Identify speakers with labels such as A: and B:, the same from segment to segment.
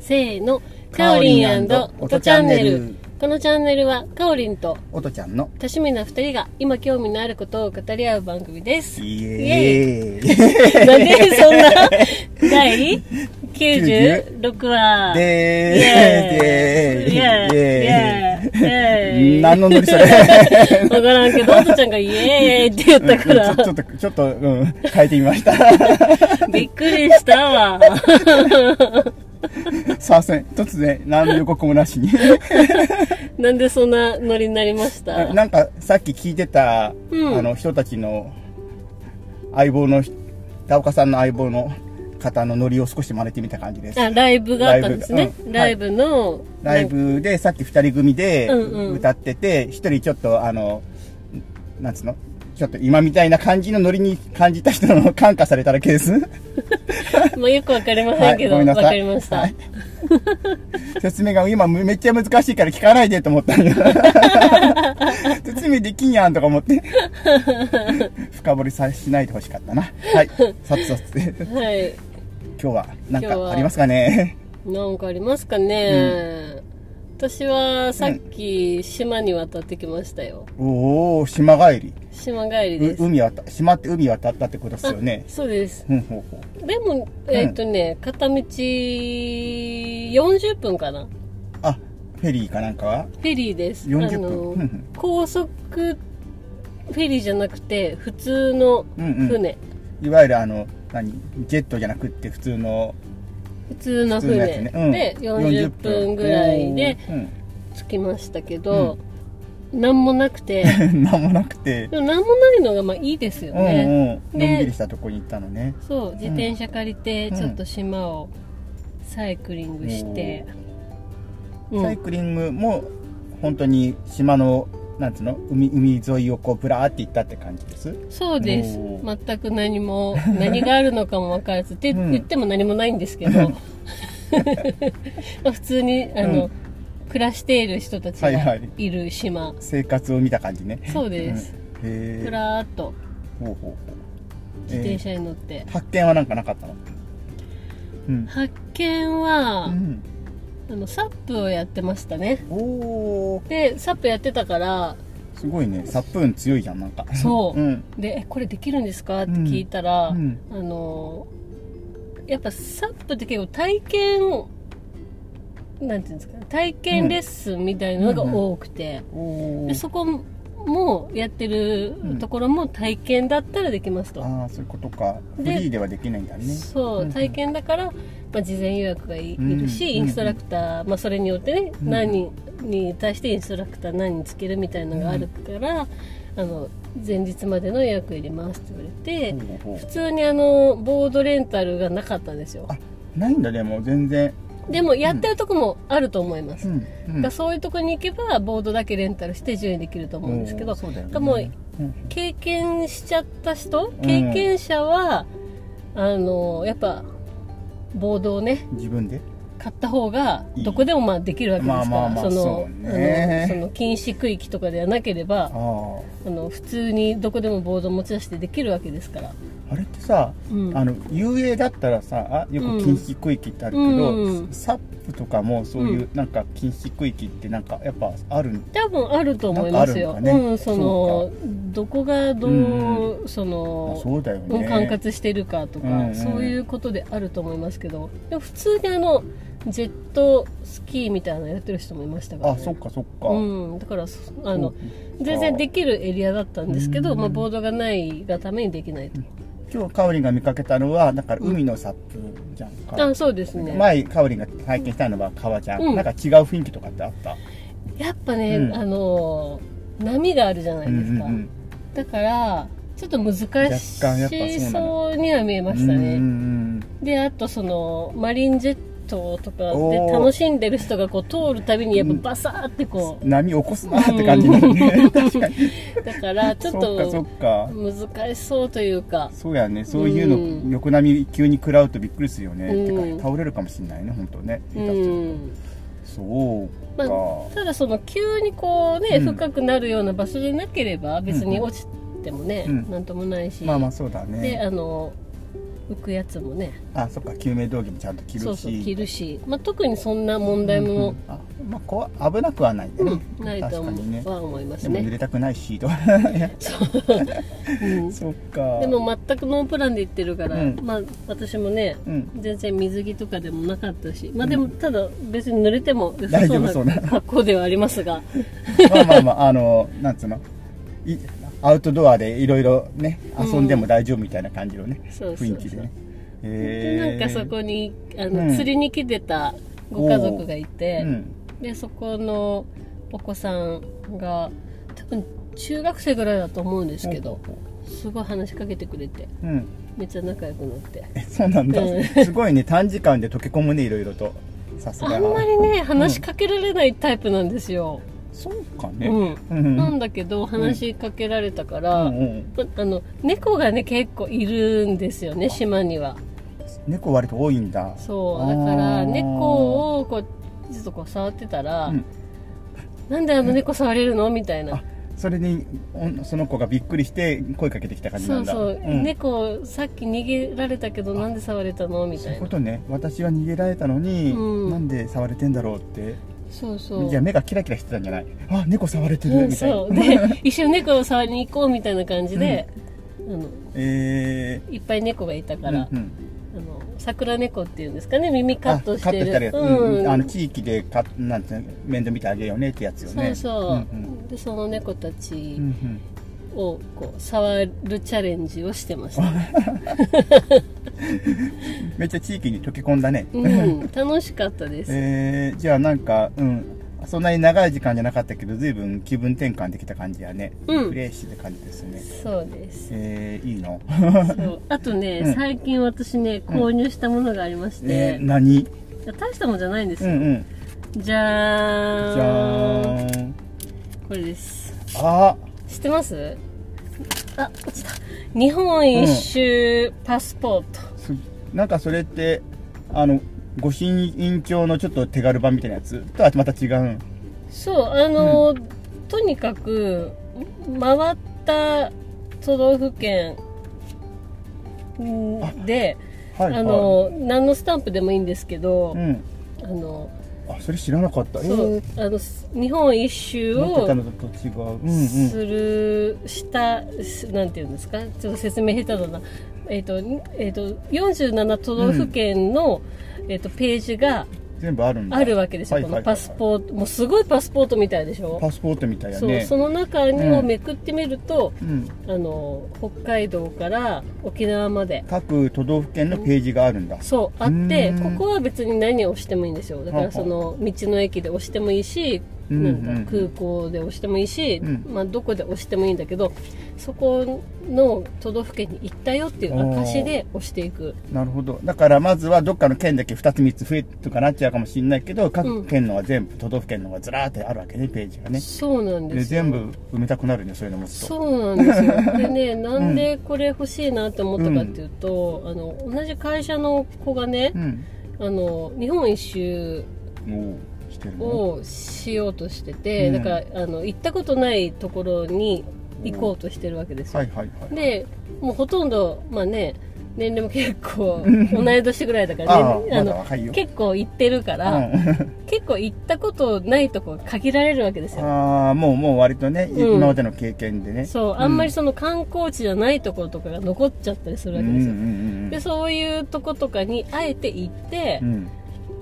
A: せーの、カオリンオトチャンネル。このチャンネルは、カオリンと
B: おとちゃんの
A: 多趣味な二人が今興味のあることを語り合う番組です。
B: イ
A: イエ
B: エーイ
A: ーイなんでそんな、 第96話。イ
B: でー
A: イエーイイ
B: イ
A: エーイイエーイ
B: 何のノリそれ
A: わからんけど、おとちゃんがイエーイって言ったか
B: ちょ
A: ら、
B: っとちょっとうん変えてみました
A: びっくりしたわ。
B: さあせん突然何の予告もなしに
A: なんでそんなノリになりました
B: あなんかさっき聞いてた、
A: うん
B: あの人たちの相棒の田岡さんの相棒の方のノリを少し真似てみた感じです
A: あライブがあったんですねラ
B: ラ
A: イ
B: イ
A: ブ,、の
B: ライブでさっき2人組で
A: うんうん
B: 歌ってて、一1人ちょっとあのなんつうのちょっと今みたいな感じのノリに感じた人の感化されただけです。
A: まあ、よくわかりませんけど、
B: ご
A: わ
B: めんな
A: か
B: さい
A: りました、
B: はい 説明が今めっちゃ難しいから聞かないでと思った んだ説明できんやんとか思って深掘りさしないでほしかったなはいさつさつ今
A: はい
B: 日は何
A: 今日は
B: かありますかね
A: なんかありますかね、私はさっき島に渡ってきましたよ
B: おお島帰り
A: 島帰りで
B: う
A: す
B: 海渡島って海渡ったってことですよね
A: そうです
B: うんほうほう
A: でもえっ、とね、片道40分かな
B: あフェリーかなんかは
A: フェリーです
B: 40分
A: あ
B: うんうん
A: の高速フェリーじゃなくて普通の
B: うん
A: 船、
B: うんいわゆるあの何ジェットじゃなくって普通の
A: 普通の
B: 普通のやつ
A: 船
B: ね、
A: で40分ぐらいで、着きましたけど、なんもなくて
B: うん、 何もなくて、
A: でもなんもないのがまあいいですよね、
B: うんうん
A: ね
B: のんびりしたとこに行ったのね
A: そう自転車借りて
B: うん
A: ちょっと島をサイクリングして、うん
B: サイクリングも本当に島のなんつうの海海沿いをこうぶらーって行ったって感じです
A: そうです
B: お
A: 全く何も何があるのかも分からずって
B: うん
A: 言っても何もないんですけ どまあ普通にあの、
B: うん
A: 暮らしている人たち
B: はいは
A: が
B: い
A: いる島、
B: 生活を見た感じね
A: そうです、
B: うんへえ
A: ふらーっと
B: ほうほうほう
A: 自転車に乗って
B: えー、発見はなんかなかったのうん、
A: 発見は、
B: うん、
A: あのサップをやってましたね
B: おー
A: でサップやってたから
B: すごいねサップーン強いじゃんなんか
A: そう
B: うん
A: でえ「これできるんですか?」って聞いたら、
B: うん
A: あのやっぱサップって結構体験なんていうんですかね体験レッスンみたいなのが多くて、
B: お
A: で
B: ー
A: そこもやってるところも体験だったらできますと、
B: ああそういうことかフ
A: で
B: リーではできないんだね
A: そううん体験だから、まあ、事前予約がい,、
B: うん
A: るしインストラクター、まあ、それによってね、
B: うん
A: 何人に対してインストラクター何人つけるみたいなのがあるから、あの前日までの予約入れますって言われて、
B: ほうほうほ
A: 普通にあのボードレンタルがなかったんですよ
B: あうないんだねもう全然
A: でもやってるとこもあると思います、
B: う
A: だ
B: んう
A: か
B: ん
A: らそういうとこに行けばボードだけレンタルして自由にできると思うんですけど、
B: おーそうだよね
A: がもう
B: うん
A: 経験しちゃった人
B: ん
A: 経験者は、あのやっぱボードをね
B: 自分で
A: 買った方がどこでもまあできるわけですから
B: まあまあま
A: そ
B: あ
A: の
B: そう
A: あ
B: ね
A: のその禁止区域とかではなけれ
B: あ
A: ば
B: あ
A: あの普通にどこでもボードを持ち出してできるわけですから、
B: あれってさ、
A: うん
B: あの遊泳だったらさあよく禁止区域ってあるけど、
A: うん
B: サップとかもそういうなんか禁止区域ってなんかやっぱあるん
A: 多分あると思いますよ、
B: なんかあるのかね
A: うん、そのどこがどう、
B: う
A: そ
B: だ
A: の
B: そうだよ
A: うん
B: ね
A: 管轄してるかとか、
B: うんうん
A: そういうことであると思いますけどでも普通にあのジェットスキーみたいなのやってる人もいましたから、
B: あ
A: ね、
B: そっかそっか、
A: うん、だからそあ
B: そ
A: の
B: うか
A: 全然できるエリアだったんですけど、
B: うん
A: まあ、ボードがないがためにできないと、
B: 今日かおりんが見かけたのはだから海のサップじゃんか、
A: あそうですね
B: 前かおりんが体験したのは川じゃん、
A: うん
B: なんか違う雰囲気とかってあった
A: やっぱね、
B: うん
A: あの波があるじゃないですか、
B: うんうん
A: だからちょっと難
B: 若干やっぱ
A: し
B: そうなの
A: そうには見えま
B: うん
A: したね、
B: うんうん
A: であとそのマリンジェットとか
B: お
A: で
B: ー
A: 楽しんでる人がこう通るたびにやっぱバサーってこ
B: うん波起こすなーって感じになるね 確かに
A: うだからちょっ
B: そっかそ
A: と
B: っか
A: 難しそうというか
B: そうやねそういう
A: うん
B: の横波急に食らうとびっくりするよね、
A: うん
B: てか倒れるかもしんないね本当ね、
A: うん
B: そう
A: ま
B: か、
A: あただその急にこうね
B: うん
A: 深くなるような場所でなければ別に落ちてもね
B: うん
A: なんともないし
B: まあまあそうだ
A: で
B: ね
A: あの浮くやつもね
B: あそっか救命道着もちゃんと着るし
A: そうそう着るし、まあ、特にそんな問題
B: う
A: も
B: ん、あまあこわ危なくはないんだね、
A: うんないと
B: 確かにね
A: 思は思います
B: でも濡
A: ね
B: れたくないしと
A: そう、うん、
B: そっか
A: でも全くノープランで行ってるから、
B: うん
A: まあ私もね、
B: うん
A: 全然水着とかでもなかったしまあ
B: うん
A: でもただ別に濡れても良さそう
B: 大丈夫そうな
A: な格好ではありますが
B: まあまあまああのなんつうのいアウトドアでいろいろね遊んでも大丈夫みたいな感じのね、
A: そうそうそう
B: 雰囲気でね
A: でなんかそこにあの、
B: うん
A: 釣りに来てたご家族がい
B: で
A: て、でそこのお子さんが多分中学生ぐらいだと思うんですけど、すごい話しかけてくれて
B: うん、
A: めっちゃ仲良くなって
B: えそうなんだ、
A: うん
B: すごいね短時間で溶け込むねいろいろとさすが
A: あんまりね話しかけられないタイプなんですよ、
B: そうか
A: う
B: ね、
A: ん
B: うんうん
A: なんだけど話しかけられたから、
B: うんうん
A: まあの猫がね結構いるんですよね島には
B: 猫割と多いんだ
A: そう
B: あー
A: だから猫をこうちょっとこう触ってたら、
B: うん
A: なんであの猫触れるのみたいな
B: あそれにおその子がびっくりして声かけてきた感じな
A: そ
B: ん
A: う
B: だ
A: そう、
B: ん
A: 猫さっき逃げられたけどなんで触れたのみ
B: そ
A: た
B: うい
A: いう
B: こ
A: な
B: とね私は逃げられたのに、
A: うん
B: なんで触れてんだろうって
A: そうそう
B: じゃあ目がキラキラしてたんじゃないあ猫触れて
A: う
B: る
A: ん
B: みたいな、
A: そうで一緒に猫を触りに行こうみたいな感じで、あの
B: えー
A: いっぱい猫がいたから、
B: うんうん
A: あの桜猫っていうんですかね耳カ
B: あ
A: ットしてる
B: やつ、
A: うん
B: うんあの地域でかなんていうの面倒見てあげようねってやつよ
A: そう
B: ね
A: そう、
B: ん
A: でその猫た
B: うんう
A: ち
B: ん
A: をこう触るチャレンジをしてました、
B: うんめっちゃ地域に溶け込んだね、
A: うん、楽しかったです、
B: えーじゃあなんかうんそんなに長い時間じゃなかったけど随分気分転換できた感じやね、
A: うん
B: フレッシュって感じですね
A: そうです
B: えー、いいの、
A: そうあとね、
B: うん
A: 最近私ね購入したものがありまして、
B: えー、何
A: いや大したもんじゃないんです
B: うん
A: よ、
B: うん
A: じゃーん
B: じゃーん
A: これです
B: あ
A: 知ってますあ落ちた日本一周パスポート、
B: すなんかそれってあの御神院帳のちょっと手軽版みたいなやつとはまた違う
A: そうあの、とにかく回った都道府県んで
B: は
A: あ、
B: いはい
A: の何のスタンプでもいいんですけど、
B: うん
A: あの
B: あそれ知らなかったえ
A: そう、
B: ー
A: あの日本一周
B: 思ってた
A: を
B: のと違ううんうん
A: する、したしなんていうんですかちょっと説明下手だなえっ、と,、えー、と47都道府県の、えー、とページが
B: 全部あるんだ
A: あるわけですよ、
B: はいはいはい
A: このパスポートもうすごいパスポートみたいでしょ
B: パスポートみたいや
A: そう
B: ね
A: その中に
B: うん
A: をめくってみると、
B: うん、
A: あの北海道から沖縄まで
B: 各都道府県のページがあるんだ、
A: そうあって
B: う
A: こ
B: ん
A: こは別に何を押してもいいんですよだか
B: は
A: ら
B: は
A: その道の駅で押してもいいし、
B: うんうん
A: なんだ空港で押してもいいし、
B: うん
A: まあ、どこで押してもいいんだけどそこの都道府県に行ったよっていう証で押していく
B: なるほどだからまずはどっかの県だけ2つ3つ増えとかなっちゃうかもしれないけど
A: う
B: 各
A: ん
B: 県のは全部、都道府県のがずらーってあるわけねページがね
A: そうなん
B: で
A: ですよ
B: 全部埋めたくなるねそういうのもっと
A: そうなんです よでねなんでこれ欲しいなって思ったかっていうと、あの同じ会社の子がね、
B: うん
A: あの日本一周
B: おうしてるの
A: をしようとしてて、
B: うん
A: だからあの行ったことないところに行こうとしてるわけですよ、
B: はいはいはい
A: でもうほとんどまあね年齢も結構同い年ぐらいだか
B: あ
A: ら、ね、
B: あ
A: あ
B: まだ
A: の
B: 若いよ
A: 結構行ってるから、結構行ったことないとこ限られるわけです
B: うん、
A: よ
B: ああもうもう割とね、
A: うん
B: 今までの経験でね
A: そうあんまりその観光地じゃないところとかが残っちゃったりするわけですよ、
B: うんうんうんうん
A: でそういうとことかにあえて行って、
B: うん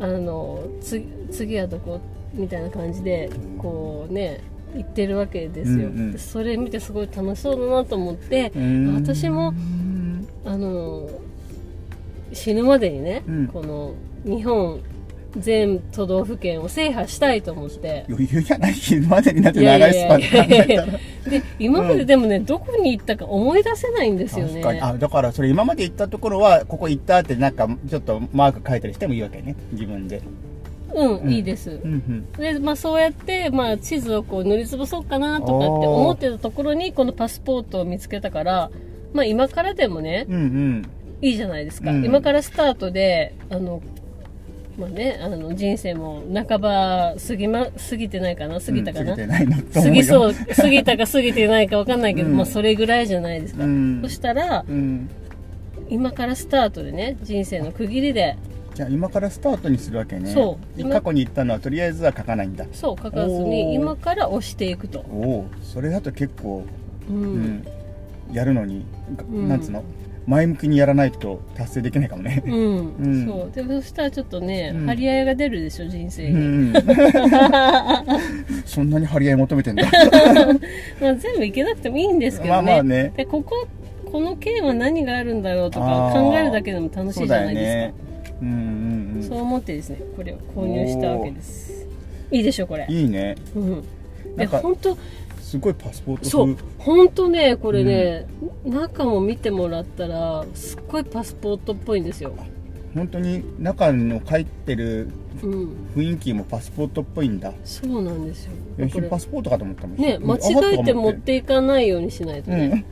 A: あのつ次はどこみたいな感じで
B: うん
A: こうね行ってるわけですよ、
B: うんうん
A: でそれ見てすごい楽しそうだなと思って
B: う、ん
A: 私も
B: うん
A: あの死ぬまでにね、
B: うん
A: この日本全都道府県を制覇したいと思って。
B: 余裕じゃない昼までになって長いスパンで考えたら
A: で今まででもね、どこに行ったか思い出せないんですよ
B: 確
A: ね
B: かにあだからそれ今まで行ったところはここ行ったってなんかちょっとマーク書いたりしてもいいわけね自分で
A: うん、
B: うん
A: いいです、
B: うんうん
A: で、まあ、そうやって、まあ、地図をこう塗りつぶそうかなとかって思ってたところにこのパスポートを見つけたから、まあ、今からでもね
B: うんうん
A: いいじゃないですか、
B: うん
A: 今からスタートであの、まあね、あの人生も半ば過ぎ,、ま、過ぎてないかな過ぎたか
B: うん
A: な、
B: 過ぎてないなと思
A: 過
B: うよ
A: ぎそう過ぎたか過ぎてないか分かんないけど、
B: うん
A: まあ、それぐらいじゃないですか、
B: うん
A: そしたら
B: うん
A: 今からスタートでね人生の区切りで
B: じゃあ今からスタートにするわけね
A: そう今
B: 過去に行ったのはとりあえずは書かないんだ
A: そう書かず
B: おー
A: に今から押していくと、
B: おおそれだと結構、
A: う
B: うんんやるのに、が
A: うん
B: なんつうの前向きにやらないと達成できないかもね
A: うん
B: うん
A: そうでそしたらちょっとね、
B: うん
A: 張り合いが出るでしょ人生
B: う
A: に、
B: んそんなに張り合い求めてんだ
A: まあ、全部いけなくてもいいんですけどね,、
B: まあまあね
A: でこここの件は何があるんだろうとか
B: あー
A: 考えるだけでも楽し
B: そ
A: いうじゃ
B: だ
A: な
B: よ
A: いで
B: ねうんうんうん
A: すかそう,、思ってですねこれを購入したわけですいいでしょこれ
B: いいね
A: うん
B: な
A: で
B: んか
A: 本当
B: すごいパスポート風
A: そう本当ねこれね、中も見てもらったらすっごいパスポートっぽいんですよ、
B: 本当に中の書いてる
A: うん、
B: 雰囲気もパスポートっぽいんだ
A: そうなんですよ
B: いや一
A: こ
B: 瞬
A: れ
B: パスポートかと思ったもん
A: ね間違えて持っていかないようにしないと
B: う
A: ね、
B: ん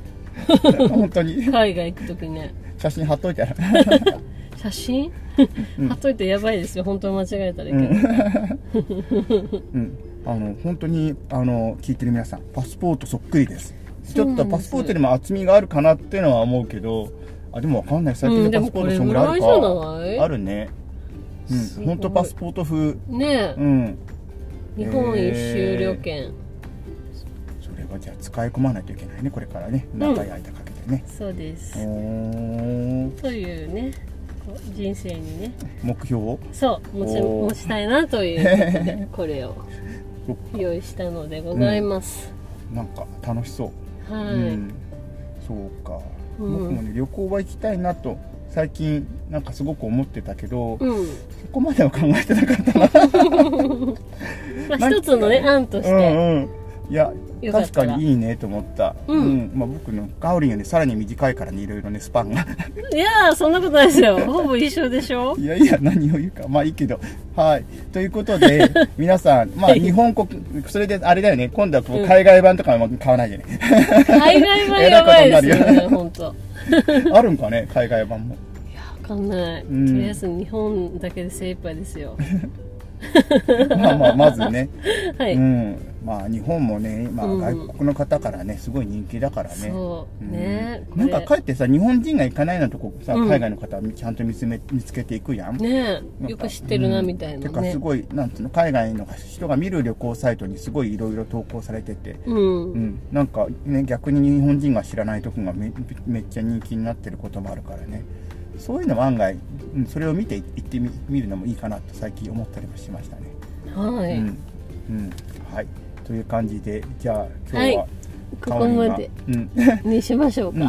B: 本 当に
A: 海外行く時ね
B: 写真貼っといたら
A: 写真、
B: うん
A: 貼っといてやばいですよ本当に間違えたらいけ
B: う
A: ない、
B: うん、 あの本当にあの聞いてる皆さんパスポートそっくりですち
A: そうな
B: ょっ
A: んで
B: と
A: す
B: パスポートにも厚みがあるかなっていうのは思うけどあでもわかんない最
A: う
B: 近
A: ん
B: の
A: で
B: パ
A: も
B: スポ
A: こ
B: ート
A: れ
B: そん
A: ぐ
B: ぐらいあ
A: らい
B: る
A: じ
B: か、
A: ゃない
B: あるね
A: すご
B: うん
A: い
B: 本当パスポート風
A: ね
B: う
A: え、
B: ん
A: 日本一周旅券、
B: それはじゃあ使い込まないといけないねこれからね長い間かけてね、
A: そうです、
B: おー
A: というねこう人生にね
B: 目標を
A: そう持ち
B: おー
A: 持ちたいなということでこれを
B: そっ
A: 用意したのでございます、
B: なんか楽し そう
A: はい、
B: うん、そうか、
A: うん
B: 僕もね旅行は行きたいなと最近なんかすごく思ってたけど、そ
A: うん
B: こまでは考えてなかったな
A: まあ、
B: なんか
A: 一つのね案とし
B: う
A: て、
B: んうんいや
A: よかっ
B: 確
A: た
B: からにいいねと思った、
A: うん
B: まあ、僕のガオリンよりさらに短いからねいろいろねスパンが
A: いやーそんなことないですよほぼ一緒でしょ
B: いやいや何を言うかまあいいけどはいというこ とで皆さんまあ
A: はい
B: 日本国それであれだよね今度はこう
A: うん
B: 海外版とかも買わない でね、
A: 海外版やばいですよ
B: えらいことにな
A: ね
B: る
A: 本当。
B: あるんかね海外版も
A: いやわかんない、
B: うん
A: とりあえず日本だけで精一杯です よ
B: まあまあまずね、
A: はい、
B: うんまあ日本もね、まあ、
A: うん
B: 外国の方からねすごい人気だからね、
A: そう
B: うん
A: ね、こ
B: な
A: れ
B: んかかえってさ日本人が行かないようなとこさ、
A: うん
B: 海外の方ちゃんと見つめ見つけていくやん
A: ね
B: なんか
A: よく知ってるな
B: うん
A: みたいな
B: てか
A: ね
B: すごいなんつうの海外の人が見る旅行サイトにすごいいろいろ投稿されてて、
A: うん、
B: うん、なんか、ね、逆に日本人が知らないとこがめめっちゃ人気になってることもあるからねそういうのは案外、うん、それを見て行ってみ見るのもいいかなと最近思ったりもしましたね。
A: はい、
B: うんうんはい、という感じでじゃあ今日
A: は
B: は
A: こ
B: い
A: こまで
B: 香織が
A: にしましょう
B: うんうん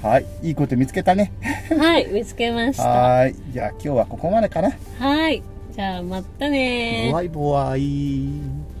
A: か、
B: はい、いいこと見つけたね。
A: はい見つけましたは
B: はーい。じゃあ今日はここまでかな。
A: いじゃあまたねー
B: ボワイボワイ。